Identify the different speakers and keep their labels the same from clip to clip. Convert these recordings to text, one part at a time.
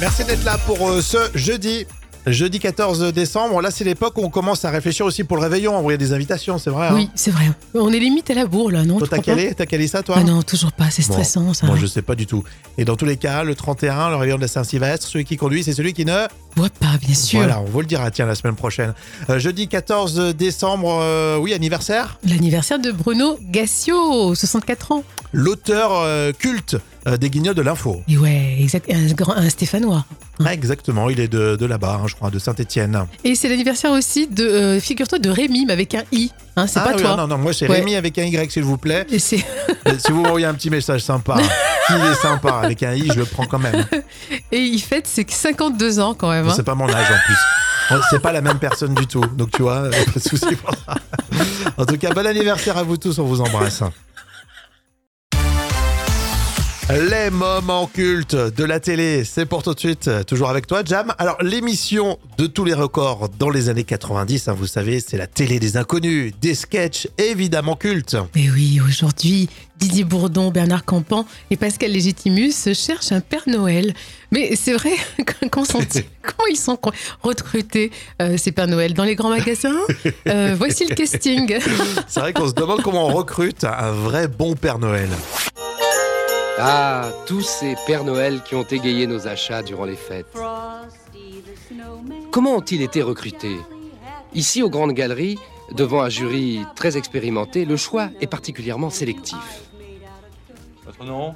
Speaker 1: Merci d'être là pour euh, ce jeudi. Jeudi 14 décembre, là c'est l'époque où on commence à réfléchir aussi pour le réveillon, envoyer des invitations, c'est vrai. hein
Speaker 2: Oui, c'est vrai. On est limite à la bourre là, non
Speaker 1: Toi
Speaker 2: tu
Speaker 1: t'as
Speaker 2: crois pas
Speaker 1: calé, t'as calé ça toi
Speaker 2: Ah non, toujours pas, c'est stressant ça.
Speaker 1: Moi je sais pas du tout. Et dans tous les cas, le 31, le réveillon de la Saint-Sylvestre, celui qui conduit, c'est celui qui ne...
Speaker 2: Bois pas, bien sûr.
Speaker 1: Voilà, on vous le dira, tiens, la semaine prochaine. Euh, jeudi 14 décembre, euh, oui, anniversaire,
Speaker 2: L'anniversaire de Bruno Gassio, 64 ans.
Speaker 1: l'auteur euh, culte euh, des guignols de l'info.
Speaker 2: Et ouais, exact, un, grand, un Stéphanois.
Speaker 1: Ah, exactement, il est de, de là-bas, hein, je crois, de Saint-Étienne.
Speaker 2: Et c'est l'anniversaire aussi de, euh, figure-toi, de Rémi, mais avec un I. Hein, c'est
Speaker 1: ah
Speaker 2: pas
Speaker 1: oui,
Speaker 2: toi.
Speaker 1: Non, non, moi c'est
Speaker 2: Ouais.
Speaker 1: Rémi avec un Y, s'il vous plaît.
Speaker 2: Et c'est-
Speaker 1: Mais Euh, si vous m'envoyez un petit message sympa, il est sympa, avec un i, je le prends quand même.
Speaker 2: Et il fête ses 52 ans quand même.
Speaker 1: Bon,
Speaker 2: hein.
Speaker 1: C'est pas mon âge en plus. Bon, C'est pas la même personne du tout. Donc tu vois, euh, pas de souci pour ça. En tout cas, bon anniversaire à vous tous, on vous embrasse. Les moments cultes de la télé, c'est pour tout de suite. Toujours avec toi, Jam. Alors, l'émission de tous les records dans les années 90, hein, vous savez, c'est la télé des inconnus, des sketchs évidemment cultes.
Speaker 2: Mais oui, aujourd'hui, Didier Bourdon, Bernard Campan et Pascal Légitimus cherchent un Père Noël. Mais c'est vrai, comment, sont-ils- comment ils sont con- recrutés, euh, ces Pères Noël Dans les grands magasins Euh, Voici le casting.
Speaker 1: C'est vrai qu'on se demande comment on recrute un vrai bon Père Noël.
Speaker 3: Ah, tous ces Pères Noël qui ont égayé nos achats durant les fêtes.
Speaker 4: Comment ont-ils été recrutés
Speaker 3: Ici, aux Grandes Galeries, devant un jury très expérimenté, le choix est particulièrement sélectif.
Speaker 5: Votre nom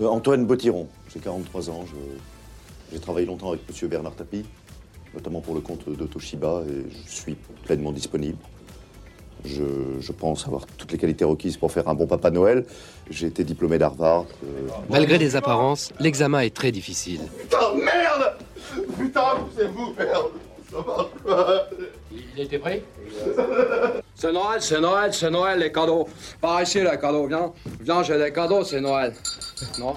Speaker 6: Euh, Antoine Bottiron, j'ai 43 ans, je- j'ai travaillé longtemps avec monsieur Bernard Tapie, notamment pour le compte de Toshiba, et je suis pleinement disponible. Je, je pense avoir toutes les qualités requises pour faire un bon Papa Noël. J'ai été diplômé d'Harvard. euh,
Speaker 3: Malgré les apparences, l'examen est très difficile.
Speaker 4: Il était prêt C'est Noël, c'est Noël, c'est Noël, les cadeaux. Par ici, les cadeaux, viens. Viens, j'ai des cadeaux, c'est Noël. Non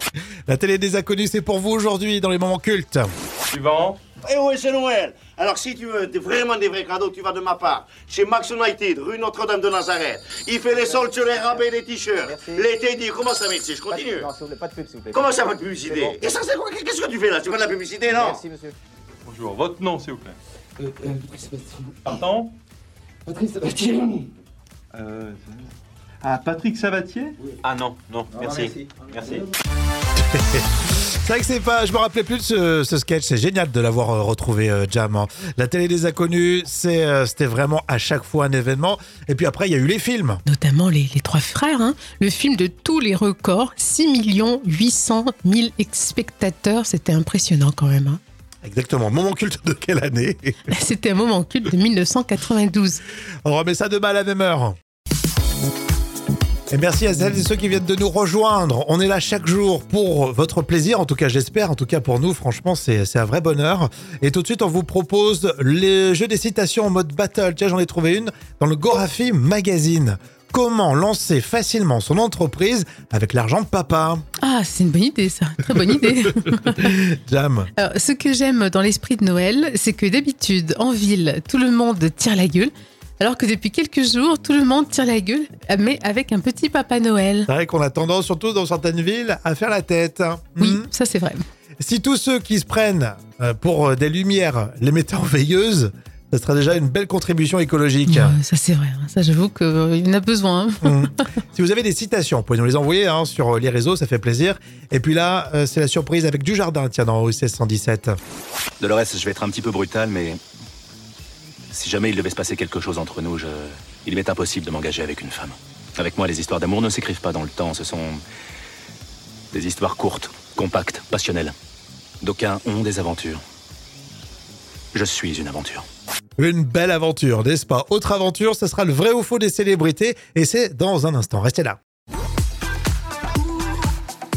Speaker 1: La télé des inconnus, c'est pour vous aujourd'hui dans les moments cultes.
Speaker 5: Suivant.
Speaker 7: Eh oui, c'est Noël. Alors si tu veux des- vraiment des vrais cadeaux, tu vas de ma part. Chez Max United, rue Notre-Dame de Nazareth. Il fait les soldes sur les rabais des t-shirts. L'été dit, comment ça merci Je continue.
Speaker 8: Non, s'il vous plaît, pas de pub, s'il vous plaît.
Speaker 7: Comment ça va de publicité
Speaker 8: C'est bon.
Speaker 7: Et ça c'est quoi Qu'est-ce que tu fais là Tu fais de la publicité, non
Speaker 8: Merci, monsieur.
Speaker 5: Bonjour. Votre nom, s'il vous plaît. euh, Pardon euh, c'est- Ah, Patrick Sabatier Ah non, non, merci. Merci.
Speaker 1: C'est vrai que c'est pas. Je me rappelais plus de ce, ce sketch. C'est génial de l'avoir euh, retrouvé, euh, Jam. hein. La télé des inconnus, c'est, euh, c'était vraiment à chaque fois un événement. Et puis après, il y a eu les films.
Speaker 2: Notamment les, les trois frères, hein. le film de tous les records, 6 800 000 spectateurs, c'était impressionnant quand même. hein.
Speaker 1: Exactement. Moment culte de quelle année
Speaker 2: C'était un moment culte de 1992.
Speaker 1: On remet ça demain à la même heure. Et merci à celles et ceux qui viennent de nous rejoindre. On est là chaque jour pour votre plaisir, en tout cas j'espère, en tout cas pour nous, franchement c'est c'est un vrai bonheur. Et tout de suite on vous propose les jeux des citations en mode battle. Tiens j'en ai trouvé une dans le Gorafi Magazine. Comment lancer facilement son entreprise avec l'argent de papa
Speaker 2: Ah, c'est une bonne idée ça, très bonne idée.
Speaker 1: Jam.
Speaker 2: Alors, ce que j'aime dans l'esprit de Noël, c'est que d'habitude, en ville, tout le monde tire la gueule, alors que depuis quelques jours, tout le monde tire la gueule, mais avec un petit Papa Noël.
Speaker 1: C'est vrai qu'on a tendance surtout dans certaines villes à faire la tête.
Speaker 2: Oui,
Speaker 1: Hmm
Speaker 2: ça c'est vrai.
Speaker 1: Si tous ceux qui se prennent euh, pour euh, des lumières les mettaient en veilleuse, ça sera déjà une belle contribution écologique.
Speaker 2: Ouais, ça c'est vrai, hein. ça j'avoue qu'il y en a besoin. hein.
Speaker 1: Mm. si vous avez des citations, vous pouvez nous les envoyer hein, sur les réseaux, ça fait plaisir. Et puis là, euh, c'est la surprise avec Dujardin, tiens, dans OSS 117.
Speaker 9: Dolores, je vais être un petit peu brutal, mais si jamais il devait se passer quelque chose entre nous, je... il m'est impossible de m'engager avec une femme. Avec moi, les histoires d'amour ne s'écrivent pas dans le temps. Ce sont des histoires courtes, compactes, passionnelles. D'aucuns ont des aventures. Je suis une aventure.
Speaker 1: Une belle aventure, n'est-ce pas Autre aventure, ça sera le vrai ou faux des célébrités, et c'est dans un instant. Restez là.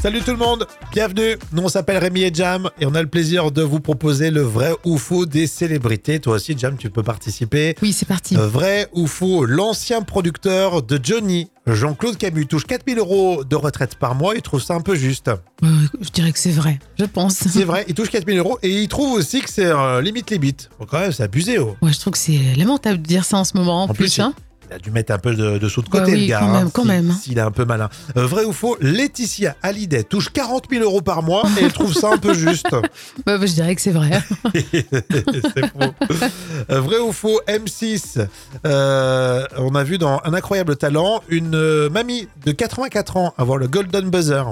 Speaker 1: Salut tout le monde, bienvenue. Nous on s'appelle Rémi et Jam et on a le plaisir de vous proposer le vrai ou faux des célébrités. Toi aussi Jam, tu peux participer.
Speaker 2: Oui, c'est parti.
Speaker 1: Euh, Vrai ou faux, l'ancien producteur de Johnny, Jean-Claude Camus, touche 4000 euros de retraite par mois. Il trouve ça un peu juste.
Speaker 2: Euh, je dirais que c'est vrai, je pense.
Speaker 1: C'est vrai, il touche 4000 euros et il trouve aussi que c'est euh, limite limite. Bon, quand même, c'est abusé. oh.
Speaker 2: Ouais, je trouve que c'est lamentable de dire ça en ce moment en,
Speaker 1: En plus,
Speaker 2: hein.
Speaker 1: Il a dû mettre un peu de, de sous de côté,
Speaker 2: Bah oui,
Speaker 1: le gars.
Speaker 2: quand
Speaker 1: hein,
Speaker 2: même, quand
Speaker 1: si-
Speaker 2: même.
Speaker 1: S'il est un peu malin. Euh, vrai ou faux, Laetitia Hallyday touche 40 000 euros par mois et elle trouve ça un peu juste.
Speaker 2: Bah, bah, je dirais que c'est vrai.
Speaker 1: C'est faux. Euh, Vrai ou faux, M6. euh, on a vu dans Un incroyable talent une euh, mamie de 84 ans avoir le Golden Buzzer.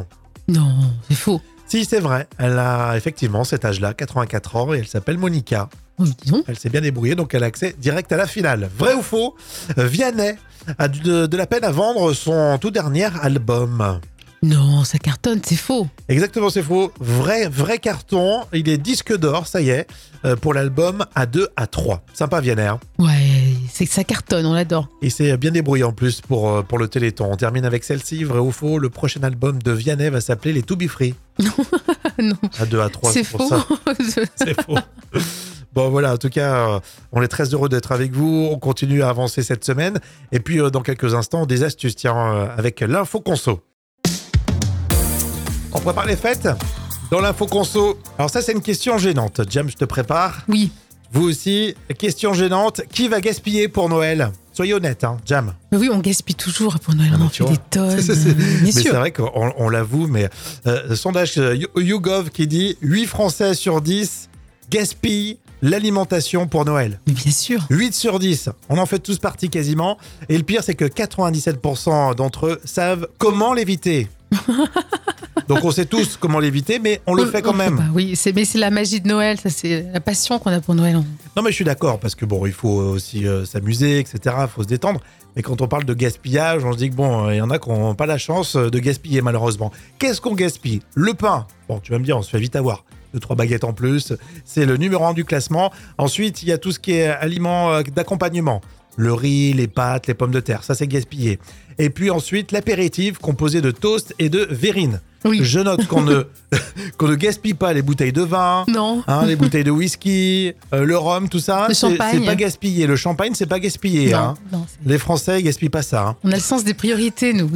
Speaker 2: Non, c'est faux.
Speaker 1: Si, c'est vrai. Elle a effectivement cet âge-là, 84 ans, et elle s'appelle Monica.
Speaker 2: Oh, dis donc.
Speaker 1: Elle s'est bien débrouillée, donc elle a accès direct à la finale. Vrai ou faux euh, Vianney a du- de, de la peine à vendre son tout dernier album.
Speaker 2: Non, ça cartonne, c'est faux.
Speaker 1: Exactement, c'est faux. Vrai, vrai carton. Il est disque d'or, ça y est, euh, pour l'album A2, A3. Sympa, Vianney. hein.
Speaker 2: Ouais, c'est ça cartonne, on l'adore.
Speaker 1: Il s'est bien débrouillé en plus pour, euh, pour le Téléthon. On termine avec celle-ci, vrai ou faux. Le prochain album de Vianney va s'appeler Les To Be Free.
Speaker 2: Non,
Speaker 1: A2, A3,
Speaker 2: c'est
Speaker 1: pour
Speaker 2: faux.
Speaker 1: ça. C'est faux. Bon voilà, en tout cas, euh, on est très heureux d'être avec vous. On continue à avancer cette semaine. Et puis euh, dans quelques instants, des astuces, tiens, euh, avec l'info conso. On prépare les fêtes dans l'info conso. Alors ça, c'est une question gênante. James, je te prépare.
Speaker 2: oui,
Speaker 1: Vous aussi, question gênante. Qui va gaspiller pour Noël Soyez honnête, hein, Jam.
Speaker 2: Mais oui, on gaspille toujours pour Noël,
Speaker 1: Ah,
Speaker 2: on
Speaker 1: mais
Speaker 2: en
Speaker 1: tu
Speaker 2: fait
Speaker 1: vois.
Speaker 2: des tonnes.
Speaker 1: C'est-
Speaker 2: euh,
Speaker 1: c'est-
Speaker 2: bien
Speaker 1: mais c'est
Speaker 2: sûr.
Speaker 1: vrai qu'on on l'avoue, mais euh, sondage euh, You- YouGov qui dit 8 Français sur 10 gaspillent l'alimentation pour Noël.
Speaker 2: Mais bien sûr.
Speaker 1: 8 sur 10, on en fait tous partie quasiment. Et le pire, c'est que 97% d'entre eux savent comment l'éviter. Donc on sait tous comment l'éviter, mais on le fait quand même.
Speaker 2: Bah oui, c'est mais c'est la magie de Noël, ça c'est la passion qu'on a pour Noël.
Speaker 1: Non mais je suis d'accord, parce que bon, il faut aussi euh, s'amuser, etc. Il faut se détendre. Mais quand on parle de gaspillage, on se dit que bon, il y en a qui n'ont pas la chance euh, de gaspiller malheureusement. Qu'est-ce qu'on gaspille Le pain. Bon, tu vas me dire, on se fait vite avoir. Deux, trois baguettes en plus. C'est le numéro un du classement. Ensuite, il y a tout ce qui est aliments euh, d'accompagnement. Le riz, les pâtes, les pommes de terre, ça c'est gaspillé. Et puis ensuite, l'apéritif composé de toast et de verrine.
Speaker 2: Oui.
Speaker 1: Je note qu'on ne, qu'on ne gaspille pas les bouteilles de vin,
Speaker 2: Non.
Speaker 1: Hein, les bouteilles de whisky, euh, le rhum, tout ça,
Speaker 2: Le
Speaker 1: c'est
Speaker 2: champagne.
Speaker 1: c'est pas gaspillé. Le champagne, c'est pas gaspillé.
Speaker 2: Non,
Speaker 1: hein.
Speaker 2: non, c'est-
Speaker 1: Les Français ils gaspillent pas ça. hein.
Speaker 2: on a le sens des priorités, nous.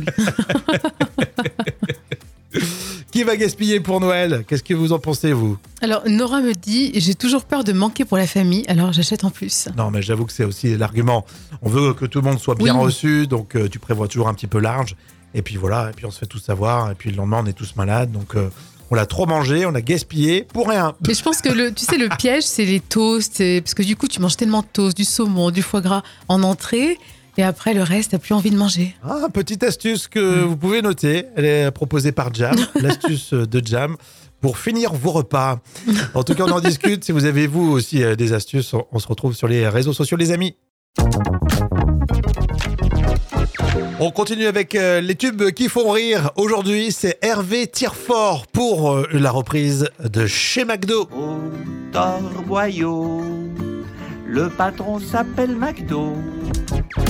Speaker 1: Qui va gaspiller pour Noël Qu'est-ce que vous en pensez, vous
Speaker 2: Alors, Nora me dit J'ai toujours peur de manquer pour la famille, alors j'achète en plus.
Speaker 1: Non, mais j'avoue que c'est aussi l'argument. On veut que tout le monde soit bien
Speaker 2: Oui.
Speaker 1: reçu, donc euh, tu prévois toujours un petit peu large. Et puis voilà, et puis on se fait tous savoir. Et puis le lendemain, on est tous malades. Donc euh, on l'a trop mangé, on l'a gaspillé pour rien.
Speaker 2: Mais je pense que le, tu sais, le piège, c'est les toasts. et- parce que du coup, tu manges tellement de toasts, du saumon, du foie gras en entrée. Et après, le reste, t'as plus envie de manger.
Speaker 1: Ah, petite astuce que vous pouvez noter, elle est proposée par Jam, l'astuce de Jam pour finir vos repas. En tout cas, on en discute. Si vous avez vous aussi euh, des astuces, on, on se retrouve sur les réseaux sociaux, les amis. On continue avec euh, les tubes qui font rire. Aujourd'hui, c'est Hervé Tirefort pour euh, la reprise de Chez McDo.
Speaker 8: au Torboyau. Le patron s'appelle McDo.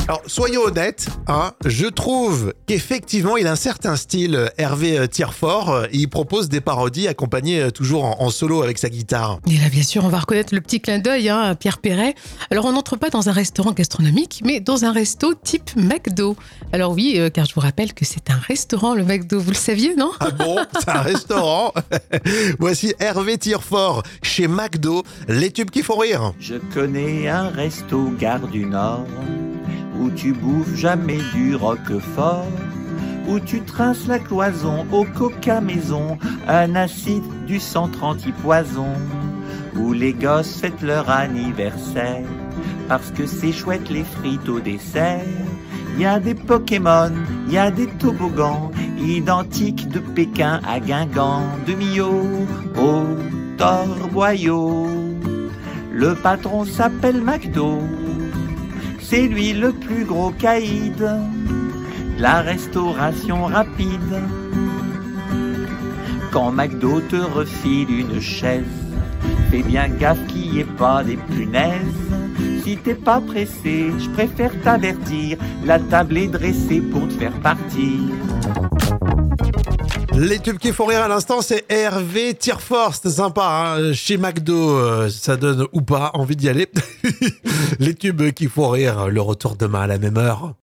Speaker 1: Alors, soyons honnêtes, hein, je trouve qu'effectivement, il a un certain style, euh, Hervé euh, Tirefort. Euh, Il propose des parodies accompagnées euh, toujours en, en solo avec sa guitare.
Speaker 2: Et là, bien sûr, on va reconnaître le petit clin d'œil hein, à Pierre Perret. Alors, on n'entre pas dans un restaurant gastronomique, mais dans un resto type McDo. Alors oui, euh, car je vous rappelle que c'est un restaurant, le McDo. Vous le saviez, non
Speaker 1: Ah bon C'est un restaurant Voici Hervé Tirefort chez McDo, les tubes qui font rire.
Speaker 8: Je connais un resto gare du Nord où tu bouffes jamais du roquefort. Où tu traces la cloison au coca maison, un acide du 130 y poison. Où les gosses fêtent leur anniversaire, parce que c'est chouette les frites au dessert. Y a des Pokémon, y a des toboggans, identiques de Pékin à Guingamp, de Millau au Torboyau. Le patron s'appelle McDo. C'est lui le plus gros caïd. de La restauration rapide. Quand McDo te refile une chaise, fais bien gaffe qu'il n'y ait pas des punaises. Si t'es pas pressé, je préfère t'avertir. La table est dressée pour te faire partir.
Speaker 1: Les tubes qui font rire à l'instant, c'est Hervé Tirefort. C'est sympa, hein chez McDo, euh, ça donne ou pas envie d'y aller. les tubes qui font rire, le retour demain à la même heure.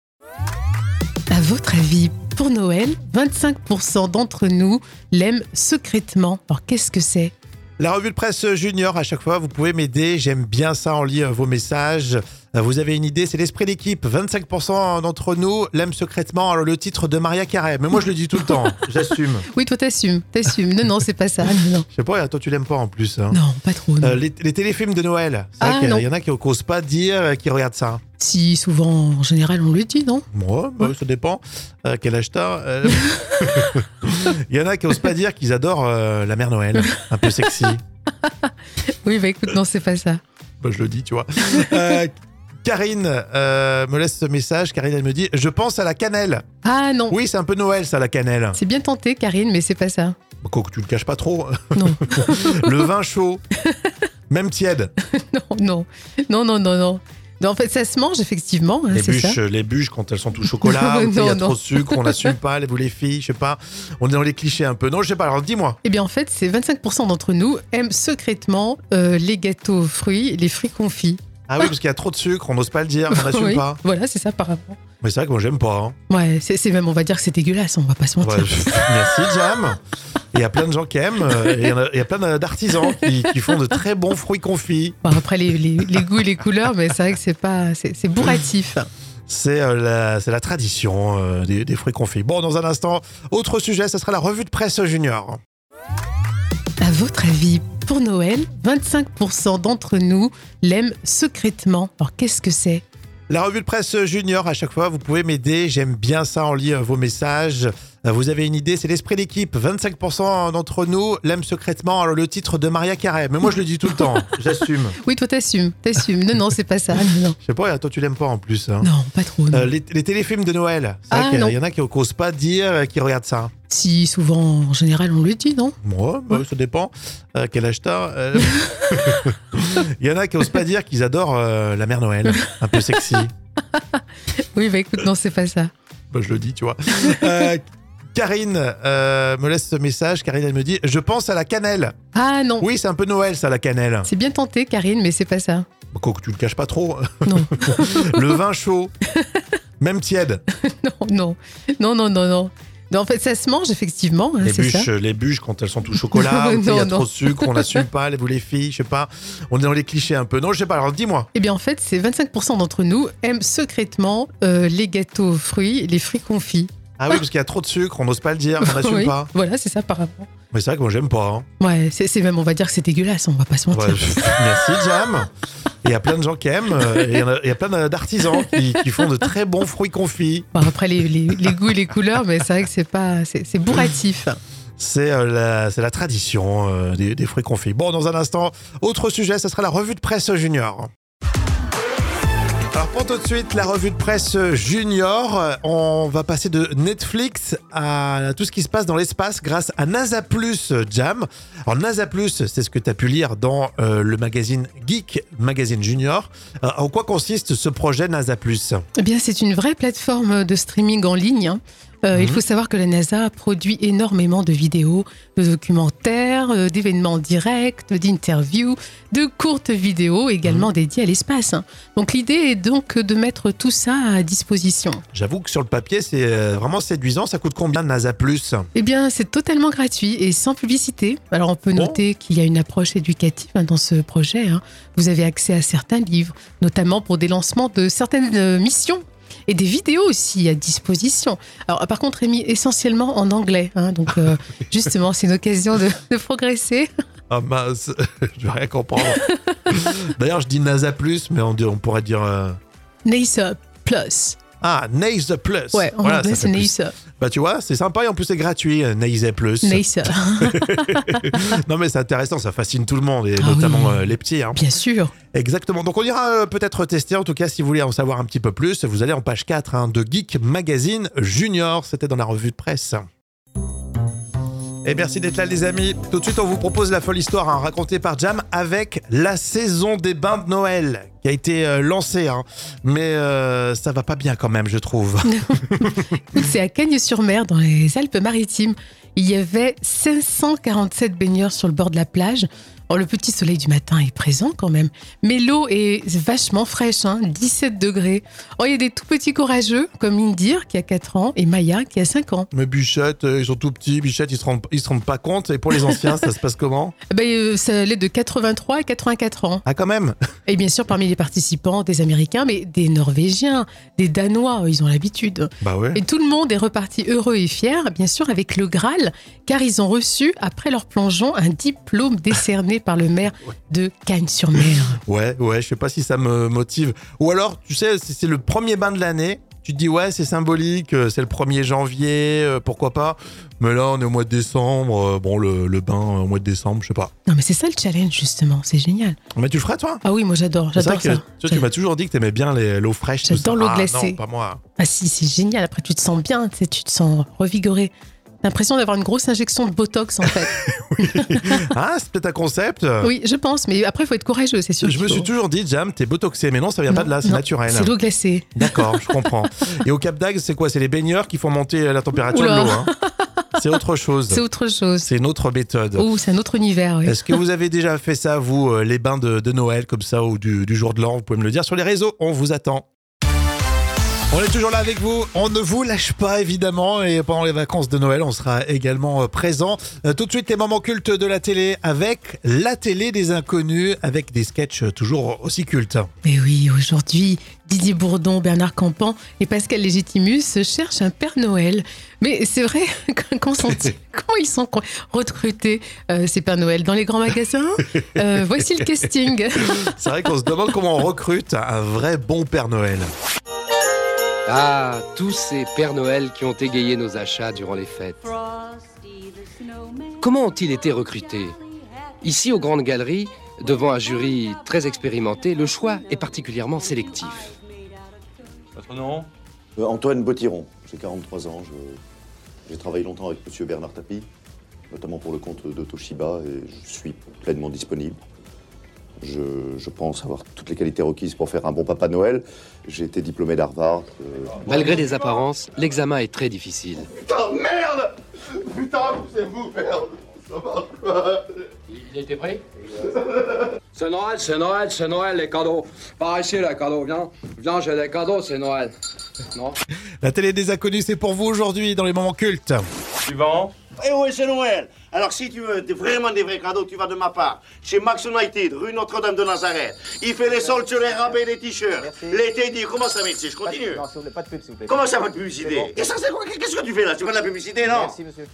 Speaker 2: À votre avis, pour Noël, 25% d'entre nous l'aiment secrètement. Alors qu'est-ce que c'est
Speaker 1: La revue de presse junior, à chaque fois, vous pouvez m'aider. J'aime bien ça, on lit euh, vos messages. Euh, Vous avez une idée, c'est l'esprit d'équipe. 25% d'entre nous l'aiment secrètement. Alors, le titre de Maria Carré. Mais moi, je le dis tout le temps. J'assume.
Speaker 2: Oui, toi, t'assumes. T'assumes. Non, non, c'est pas ça. Non, non.
Speaker 1: Je sais pas, toi, tu l'aimes pas en plus. hein.
Speaker 2: Non, pas trop. non.
Speaker 1: Euh, les, les téléfilms de Noël. C'est
Speaker 2: Ah,
Speaker 1: vrai
Speaker 2: non.
Speaker 1: qu'il y en a qui n'osent pas dire euh, qu'ils regardent ça.
Speaker 2: Si, souvent, en général, on le dit, non
Speaker 1: Moi, bah, ça dépend. Euh, quel acheteur euh. Il y en a qui n'osent pas dire qu'ils adorent euh, la mère Noël. Un peu sexy.
Speaker 2: Oui, bah écoute, non, c'est pas ça.
Speaker 1: Bah, je le dis, tu vois. Euh, Karine euh, me laisse ce message. Karine, elle me dit Je pense à la cannelle.
Speaker 2: Ah non,
Speaker 1: Oui, c'est un peu Noël, ça, la cannelle.
Speaker 2: c'est bien tenté, Karine, mais c'est pas ça.
Speaker 1: Bah, Quoique tu le caches pas trop.
Speaker 2: Non.
Speaker 1: le vin chaud. Même tiède.
Speaker 2: Ah, Non, non, non, non, non, non. Non, en fait, ça se mange, effectivement, hein,
Speaker 1: Les
Speaker 2: c'est ça.
Speaker 1: bûches, les bûches, quand elles sont tout chocolat,
Speaker 2: Non,
Speaker 1: ou qu'il y a
Speaker 2: non.
Speaker 1: trop de sucre, on n'assume pas, les- vous les filles, je sais pas. On est dans les clichés un peu. Non, je sais pas, alors dis-moi.
Speaker 2: Eh bien, en fait, c'est 25% d'entre nous aiment secrètement euh, les gâteaux aux fruits, les fruits confits.
Speaker 1: Ah oui, parce qu'il y a trop de sucre, on n'ose pas le dire, on n'assume
Speaker 2: Oui,
Speaker 1: pas.
Speaker 2: Voilà, c'est ça, apparemment.
Speaker 1: Mais c'est vrai que moi, j'aime pas. hein.
Speaker 2: Ouais, c'est c'est même, on va dire que c'est dégueulasse, on va Oh, pas se
Speaker 1: Ouais,
Speaker 2: mentir.
Speaker 1: je- merci, Jam. Il y a plein de gens qui aiment, euh, et il y en a- il y a plein d'artisans qui, qui font de très bons fruits confits.
Speaker 2: Bon, après, les, les- les goûts et les couleurs, mais c'est vrai que c'est pas. C'est c'est bourratif.
Speaker 1: C'est euh, la, c'est la tradition euh, des, des fruits confits. Bon, dans un instant, autre sujet, ce sera la revue de presse junior.
Speaker 2: À votre avis, pour Noël, 25% d'entre nous l'aiment secrètement. Alors, qu'est-ce que c'est
Speaker 1: La revue de presse junior, à chaque fois, vous pouvez m'aider. J'aime bien ça, on lit euh, vos messages. Euh, Vous avez une idée, c'est l'esprit d'équipe. 25% d'entre nous l'aiment secrètement. Alors, le titre de Maria Carré. Mais moi, je le dis tout le temps. J'assume.
Speaker 2: Oui, toi, t'assumes. T'assumes. Non, non, c'est pas ça. Non,
Speaker 1: Je sais pas, et toi, tu l'aimes pas en plus. hein.
Speaker 2: non, non, pas trop. non.
Speaker 1: Euh, les, les téléfilms de Noël. C'est vrai
Speaker 2: Ah,
Speaker 1: qu'il y en a-
Speaker 2: non.
Speaker 1: il y en a qui n'osent pas dire euh, qu'ils regardent ça.
Speaker 2: Si, souvent, en général, on le dit, non
Speaker 1: Moi, bah, ça dépend. Euh, quel acheteur euh. Il y en a qui n'osent pas dire qu'ils adorent euh, la mère Noël. Un peu sexy.
Speaker 2: Oui, bah écoute, non, c'est pas ça.
Speaker 1: Bah, je le dis, tu vois. Euh, Karine euh, me laisse ce message. Karine, elle me dit Je pense à la cannelle.
Speaker 2: Ah non,
Speaker 1: Oui, c'est un peu Noël, ça, la cannelle.
Speaker 2: c'est bien tenté, Karine, mais c'est pas ça.
Speaker 1: Bah, Quoique tu le caches pas trop.
Speaker 2: Non.
Speaker 1: le vin chaud. Même tiède.
Speaker 2: Non, non, non, non, non, non. Non, en fait, ça se mange, effectivement, hein,
Speaker 1: Les
Speaker 2: c'est ça.
Speaker 1: bûches, les bûches, quand elles sont tout chocolat, ou qu'il y a
Speaker 2: Non, non.
Speaker 1: trop de sucre, on n'assume pas, les- vous les filles, je sais pas. On est dans les clichés un peu. Non, je sais pas, alors dis-moi.
Speaker 2: Eh bien, en fait, c'est 25% d'entre nous aiment secrètement euh, les gâteaux aux fruits, les fruits confits.
Speaker 1: Ah oui, parce qu'il y a trop de sucre, on n'ose pas le dire, on n'assume
Speaker 2: Oui,
Speaker 1: pas.
Speaker 2: Voilà, c'est ça, apparemment.
Speaker 1: Mais c'est vrai que moi, j'aime pas. hein.
Speaker 2: Ouais, c'est c'est même, on va dire que c'est dégueulasse, on va pas se mentir.
Speaker 1: Ouais, je- merci, Jam. Il y a plein de gens qui aiment, euh, et il y en a- il y, a plein d'artisans qui, qui font de très bons fruits confits.
Speaker 2: Bon, après, les, les- les goûts et les couleurs, mais c'est vrai que c'est pas. C'est c'est bourratif.
Speaker 1: C'est euh, la, c'est la tradition euh, des, des fruits confits. Bon, dans un instant, autre sujet, ce sera la revue de presse junior. Alors pour tout de suite, la revue de presse junior, Euh, on va passer de Netflix à tout ce qui se passe dans l'espace grâce à NASA Plus euh, Jam. Alors NASA Plus, c'est ce que tu as pu lire dans euh, le magazine Geek Magazine Junior. Euh, en quoi consiste ce projet NASA Plus
Speaker 2: Eh bien, c'est une vraie plateforme de streaming en ligne. hein. Euh, Il
Speaker 1: Mhm.
Speaker 2: faut savoir que la NASA produit énormément de vidéos, de documentaires, euh, d'événements en direct, d'interviews, de courtes vidéos également dédiées à l'espace. hein. Donc l'idée est donc de mettre tout ça à disposition.
Speaker 1: J'avoue que sur le papier, c'est euh, vraiment séduisant. Ça coûte combien NASA Plus
Speaker 2: Eh bien, c'est totalement gratuit et sans publicité. Alors, on peut
Speaker 1: Bon.
Speaker 2: noter qu'il y a une approche éducative hein, dans ce projet. hein. Vous avez accès à certains livres, notamment pour des lancements de certaines euh, missions. Et des vidéos aussi à disposition. Alors, par contre, Rémi, essentiellement en anglais. hein. donc, euh, justement, c'est une occasion de, de progresser.
Speaker 1: Ah mince, je vais rien comprendre. D'ailleurs, je dis NASA Plus, mais on, dit- on pourrait dire euh,
Speaker 2: NASA Plus.
Speaker 1: ah NASA Plus.
Speaker 2: Ouais, en
Speaker 1: Voilà,
Speaker 2: anglais,
Speaker 1: ça fait
Speaker 2: c'est
Speaker 1: plus.
Speaker 2: NASA.
Speaker 1: Bah tu vois, c'est sympa et en plus c'est gratuit, euh, NASA Plus.
Speaker 2: NASA,
Speaker 1: Non mais c'est intéressant, ça fascine tout le monde et
Speaker 2: Ah
Speaker 1: notamment
Speaker 2: oui.
Speaker 1: euh, les petits. hein.
Speaker 2: bien sûr.
Speaker 1: Exactement. Donc on ira euh, peut-être tester. En tout cas, si vous voulez en savoir un petit peu plus, vous allez en page 4 hein, de Geek Magazine Junior. C'était dans la revue de presse. Et merci d'être là, les amis. Tout de suite, on vous propose la folle histoire hein, racontée par Jam avec la saison des bains de Noël. qui a été euh, lancé. hein. Mais euh, ça va pas bien quand même, je trouve.
Speaker 2: Écoute, C'est à Cagnes-sur-Mer, dans les Alpes-Maritimes. Il y avait 547 baigneurs sur le bord de la plage. Or, le petit soleil du matin est présent quand même. Mais l'eau est vachement fraîche, hein, 17 degrés. Or, il y a des tout petits courageux, comme Indir, qui a 4 ans, et Maya, qui a 5 ans.
Speaker 1: Mais Bichette, euh, ils sont tout petits. Bichette, ils se rendent, ils se rendent pas compte. Et pour les anciens, ça se passe comment
Speaker 2: Ben, euh, ça allait de 83 à 84 ans.
Speaker 1: Ah, quand même
Speaker 2: Et bien sûr, parmi les participants, des Américains, mais des Norvégiens, des Danois, Oh, ils ont l'habitude.
Speaker 1: Bah ouais.
Speaker 2: Et tout le monde est reparti heureux et fier, bien sûr, avec le Graal, car ils ont reçu, après leur plongeon, un diplôme décerné par le maire de Cagnes-sur-Mer.
Speaker 1: Ouais, ouais, je sais pas si ça me motive. Ou alors, tu sais, si c'est le premier bain de l'année, tu te dis, ouais, c'est symbolique, euh, c'est le 1er janvier, euh, pourquoi pas. Mais là, on est au mois de décembre. euh, Bon, le, le bain euh, au mois de décembre, je sais pas.
Speaker 2: Non, mais c'est ça le challenge, justement, c'est génial.
Speaker 1: Mais tu le feras, toi
Speaker 2: Ah oui, moi j'adore,
Speaker 1: C'est
Speaker 2: j'adore
Speaker 1: vrai que
Speaker 2: ça.
Speaker 1: tu, tu m'as toujours dit que t'aimais bien les- l'eau fraîche. tout ça.
Speaker 2: J'adore l'eau
Speaker 1: Ah,
Speaker 2: glacée.
Speaker 1: Non, pas moi.
Speaker 2: Ah si, c'est génial, après tu te sens bien, tu sais, tu te sens revigoré. T'as l'impression d'avoir une grosse injection de Botox, en fait.
Speaker 1: ah, c'est peut-être un concept.
Speaker 2: oui, je pense, mais après, il faut être courageux, c'est sûr.
Speaker 1: Je
Speaker 2: qu'il
Speaker 1: me
Speaker 2: faut.
Speaker 1: suis toujours dit, Jam, t'es botoxé, mais non, ça vient pas
Speaker 2: Non,
Speaker 1: de là, c'est
Speaker 2: non,
Speaker 1: naturel.
Speaker 2: C'est l'eau glacée.
Speaker 1: D'accord, je comprends. Et au Cap d'Agde, c'est quoi C'est les baigneurs qui font monter la température
Speaker 2: Oula.
Speaker 1: de l'eau. hein. c'est autre chose.
Speaker 2: C'est autre chose.
Speaker 1: C'est une autre méthode.
Speaker 2: Ou c'est un autre univers. oui.
Speaker 1: Est-ce que vous avez déjà fait ça, vous, euh, les bains de, de Noël comme ça, ou du, du jour de l'an Vous pouvez me le dire sur les réseaux, on vous attend. On est toujours là avec vous, on ne vous lâche pas évidemment et pendant les vacances de Noël on sera également euh, présent. Euh, Tout de suite les moments cultes de la télé avec la télé des inconnus avec des sketchs euh, toujours aussi cultes.
Speaker 2: Mais oui, aujourd'hui, Didier Bourdon, Bernard Campan et Pascal Légitimus cherchent un Père Noël. Mais c'est vrai, quand, comment ils sont con- recrutés, euh, ces Pères Noël Dans les grands magasins Euh, Voici le casting.
Speaker 1: C'est vrai qu'on se demande comment on recrute un vrai bon Père Noël.
Speaker 3: Ah, tous ces Pères Noël qui ont égayé nos achats durant les fêtes. Comment ont-ils été recrutés Ici, aux Grandes Galeries, devant un jury très expérimenté, le choix est particulièrement sélectif.
Speaker 5: Votre nom
Speaker 6: Euh, Antoine Bottiron, j'ai 43 ans. je- J'ai travaillé longtemps avec monsieur Bernard Tapie, notamment pour le compte de Toshiba, et je suis pleinement disponible. Je, je pense avoir toutes les qualités requises pour faire un bon Papa Noël. J'ai été diplômé d'Harvard. euh,
Speaker 3: Malgré les apparences, l'examen est très difficile.
Speaker 7: Putain, merde Putain, c'est vous, merde
Speaker 4: Il était prêt C'est Noël, c'est Noël, c'est Noël, les cadeaux. Par ici, les cadeaux, viens. Viens, j'ai les cadeaux, c'est Noël. Non
Speaker 1: La télé des inconnus c'est pour vous aujourd'hui dans les moments cultes.
Speaker 5: Suivant
Speaker 7: Eh ouais, c'est Noël. Alors si tu veux des- vraiment des vrais cadeaux, tu vas de ma part. Chez Max United, rue Notre-Dame de Nazareth. Il fait les soldes sur les rabais des t-shirts. L'été dit, comment ça mec, si je continue
Speaker 10: s'il vous plaît, pas de pub, s'il vous plaît.
Speaker 7: Comment ça va de publicité Et ça c'est quoi Qu'est-ce que tu fais là Tu fais de la publicité, non
Speaker 10: monsieur.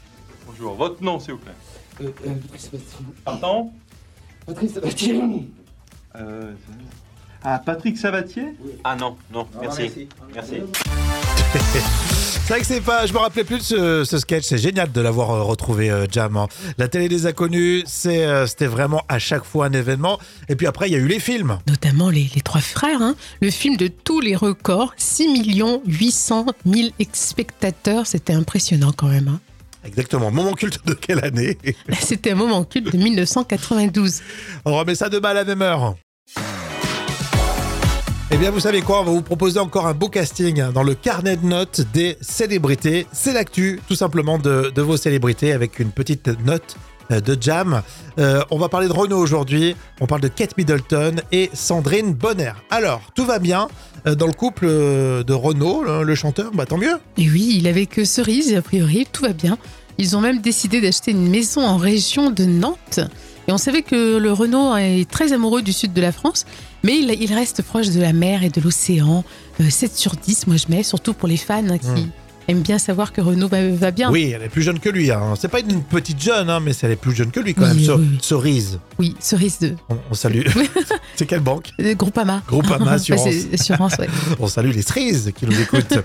Speaker 5: Bonjour, votre nom s'il vous plaît.
Speaker 10: Euh, euh, Patrice Sébastien.
Speaker 5: Pardon
Speaker 10: Patrice Sébastien.
Speaker 5: euh, Ah, Patrick Sabatier Ah non, non, merci. Merci.
Speaker 1: C'est vrai que c'est pas. Je me rappelais plus de ce, ce sketch. C'est génial de l'avoir euh, retrouvé, euh, Jam. hein. La télé des inconnus, c'est, euh, c'était vraiment à chaque fois un événement. Et puis après, il y a eu les films.
Speaker 2: Notamment les, les trois frères, hein. le film de tous les records, 6 800 000 spectateurs, c'était impressionnant quand même. hein.
Speaker 1: Exactement. Moment culte de quelle année
Speaker 2: C'était un moment culte de 1992.
Speaker 1: On remet ça demain à la même heure. Eh bien, vous savez quoi On va vous proposer encore un beau casting hein, dans le carnet de notes des célébrités. C'est l'actu, tout simplement, de, de vos célébrités avec une petite note euh, de jam. Euh, on va parler de Renault aujourd'hui. On parle de Kate Middleton et Sandrine Bonner. Alors, tout va bien euh, dans le couple euh, de Renault, le, le chanteur. Bah, tant mieux.
Speaker 2: Et oui, il avait que cerise, a priori, tout va bien. Ils ont même décidé d'acheter une maison en région de Nantes. Et on savait que le Renault est très amoureux du sud de la France, mais il, il reste proche de la mer et de l'océan. Euh, 7 sur 10, moi je mets, surtout pour les fans hein, qui
Speaker 1: Mm.
Speaker 2: aiment bien savoir que Renault va, va bien.
Speaker 1: Oui, elle est plus jeune que lui. hein. C'est pas une petite jeune, hein, mais elle est plus jeune que lui quand
Speaker 2: Oui,
Speaker 1: même. Ce-
Speaker 2: oui, oui.
Speaker 1: Cerise,
Speaker 2: Oui, cerise de
Speaker 1: on, on salue. C'est quelle banque
Speaker 2: euh, Groupama.
Speaker 1: Groupama Assurance.
Speaker 2: Ouais, c'est- assurance, ouais.
Speaker 1: On salue les cerises qui nous écoutent.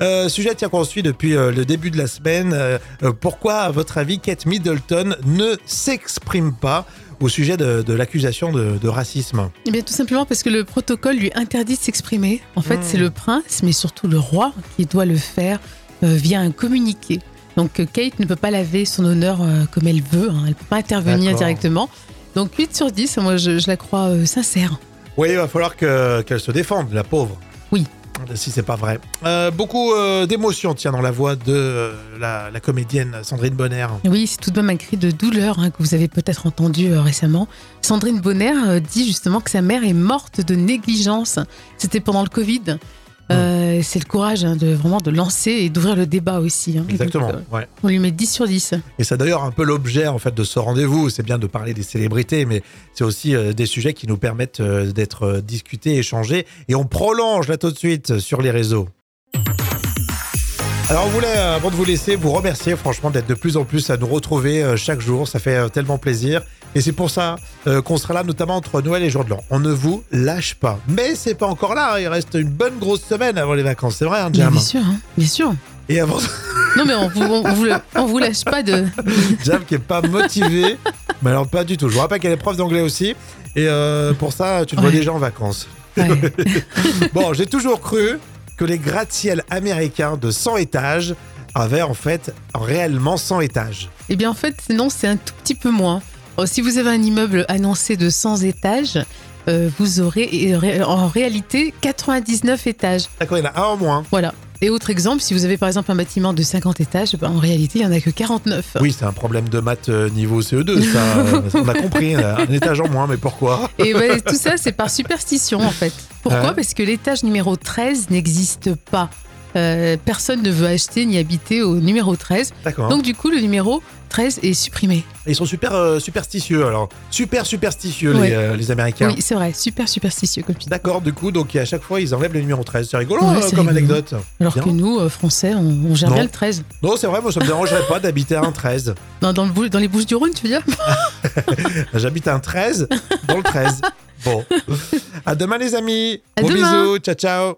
Speaker 1: Euh, sujet tiens qu'on suit depuis euh, le début de la semaine. Euh, euh, pourquoi, à votre avis, Kate Middleton ne s'exprime pas au sujet de, de l'accusation de, de racisme
Speaker 2: Eh bien, tout simplement parce que le protocole lui interdit de s'exprimer. En fait,
Speaker 1: Mm.
Speaker 2: c'est le prince, mais surtout le roi, qui doit le faire euh, via un communiqué. Donc, euh, Kate ne peut pas laver son honneur euh, comme elle veut. hein. Elle ne peut pas intervenir
Speaker 1: D'accord.
Speaker 2: directement. Donc, 8 sur 10, moi, je, je la crois euh, sincère.
Speaker 1: Oui, il va falloir que- qu'elle se défende, la pauvre.
Speaker 2: Oui.
Speaker 1: Si c'est pas vrai. Euh, beaucoup euh, d'émotion, tiens, dans la voix de euh, la, la comédienne Sandrine Bonner.
Speaker 2: Oui, c'est tout de même un cri de douleur hein, que vous avez peut-être entendu euh, récemment. Sandrine Bonner euh, dit justement que sa mère est morte de négligence. C'était pendant le Covid. Euh, C'est le courage hein, de vraiment de lancer et d'ouvrir le débat aussi. hein.
Speaker 1: Exactement.
Speaker 2: Donc, euh,
Speaker 1: Ouais.
Speaker 2: on lui met 10 sur 10.
Speaker 1: Et c'est d'ailleurs un peu l'objet en fait de ce rendez-vous. C'est bien de parler des célébrités, mais c'est aussi euh, des sujets qui nous permettent euh, d'être euh, discutés, échangés. Et on prolonge là tout de suite euh, sur les réseaux. Alors, on voulait, euh, avant de vous laisser, vous remercier franchement d'être de plus en plus à nous retrouver euh, chaque jour. Ça fait euh, tellement plaisir. Et c'est pour ça euh, qu'on sera là, notamment entre Noël et Jour de l'An. On ne vous lâche pas. Mais c'est pas encore là. Il reste une bonne grosse semaine avant les vacances. C'est vrai, hein,
Speaker 2: Mais
Speaker 1: Jam
Speaker 2: Bien sûr, hein, bien sûr.
Speaker 1: Et avant.
Speaker 2: Non mais on vous, on vous, on vous lâche pas de...
Speaker 1: Jam qui est pas motivée, mais alors pas du tout. Je vous rappelle qu'elle est prof d'anglais aussi. Et euh, pour ça, tu te vois
Speaker 2: Ouais.
Speaker 1: déjà en vacances.
Speaker 2: Ouais.
Speaker 1: Bon, j'ai toujours cru que les gratte-ciels américains de 100 étages avaient en fait réellement 100 étages.
Speaker 2: Eh bien, en fait, non, c'est un tout petit peu moins. Alors, si vous avez un immeuble annoncé de 100 étages, euh, vous aurez et ré- en réalité 99 étages.
Speaker 1: D'accord, il y en a un en moins.
Speaker 2: Voilà. Et autre exemple, si vous avez par exemple un bâtiment de 50 étages, ben, en réalité, il n'y en a que 49.
Speaker 1: Oui, c'est un problème de maths euh, niveau CE2, ça, euh, on a compris. là. Un étage en moins, mais pourquoi
Speaker 2: Et ben, tout ça, c'est par superstition, en fait. Pourquoi
Speaker 1: Ouais.
Speaker 2: Parce que l'étage numéro 13 n'existe pas. Euh, personne ne veut acheter ni habiter au numéro 13.
Speaker 1: D'accord.
Speaker 2: Donc, du coup, le numéro 13 est supprimé.
Speaker 1: Ils sont super euh, superstitieux, alors. Super superstitieux,
Speaker 2: Ouais.
Speaker 1: les, euh, les Américains.
Speaker 2: Oui, c'est vrai, super superstitieux comme tu dis.
Speaker 1: D'accord, du coup, donc à chaque fois, ils enlèvent le numéro 13. C'est rigolo
Speaker 2: Ouais,
Speaker 1: euh,
Speaker 2: c'est
Speaker 1: comme
Speaker 2: rigolo.
Speaker 1: anecdote.
Speaker 2: Alors
Speaker 1: Bien.
Speaker 2: que nous, euh, Français, on, on gère
Speaker 1: Non.
Speaker 2: bien le 13.
Speaker 1: Non, c'est vrai, moi ça me dérangerait pas d'habiter à un 13.
Speaker 2: Dans, dans, le bou- dans les Bouches du Rhône, tu veux dire
Speaker 1: J'habite à un 13 dans le 13. Bon. À demain les amis.
Speaker 2: À
Speaker 1: Gros
Speaker 2: demain.
Speaker 1: bisous. Ciao ciao.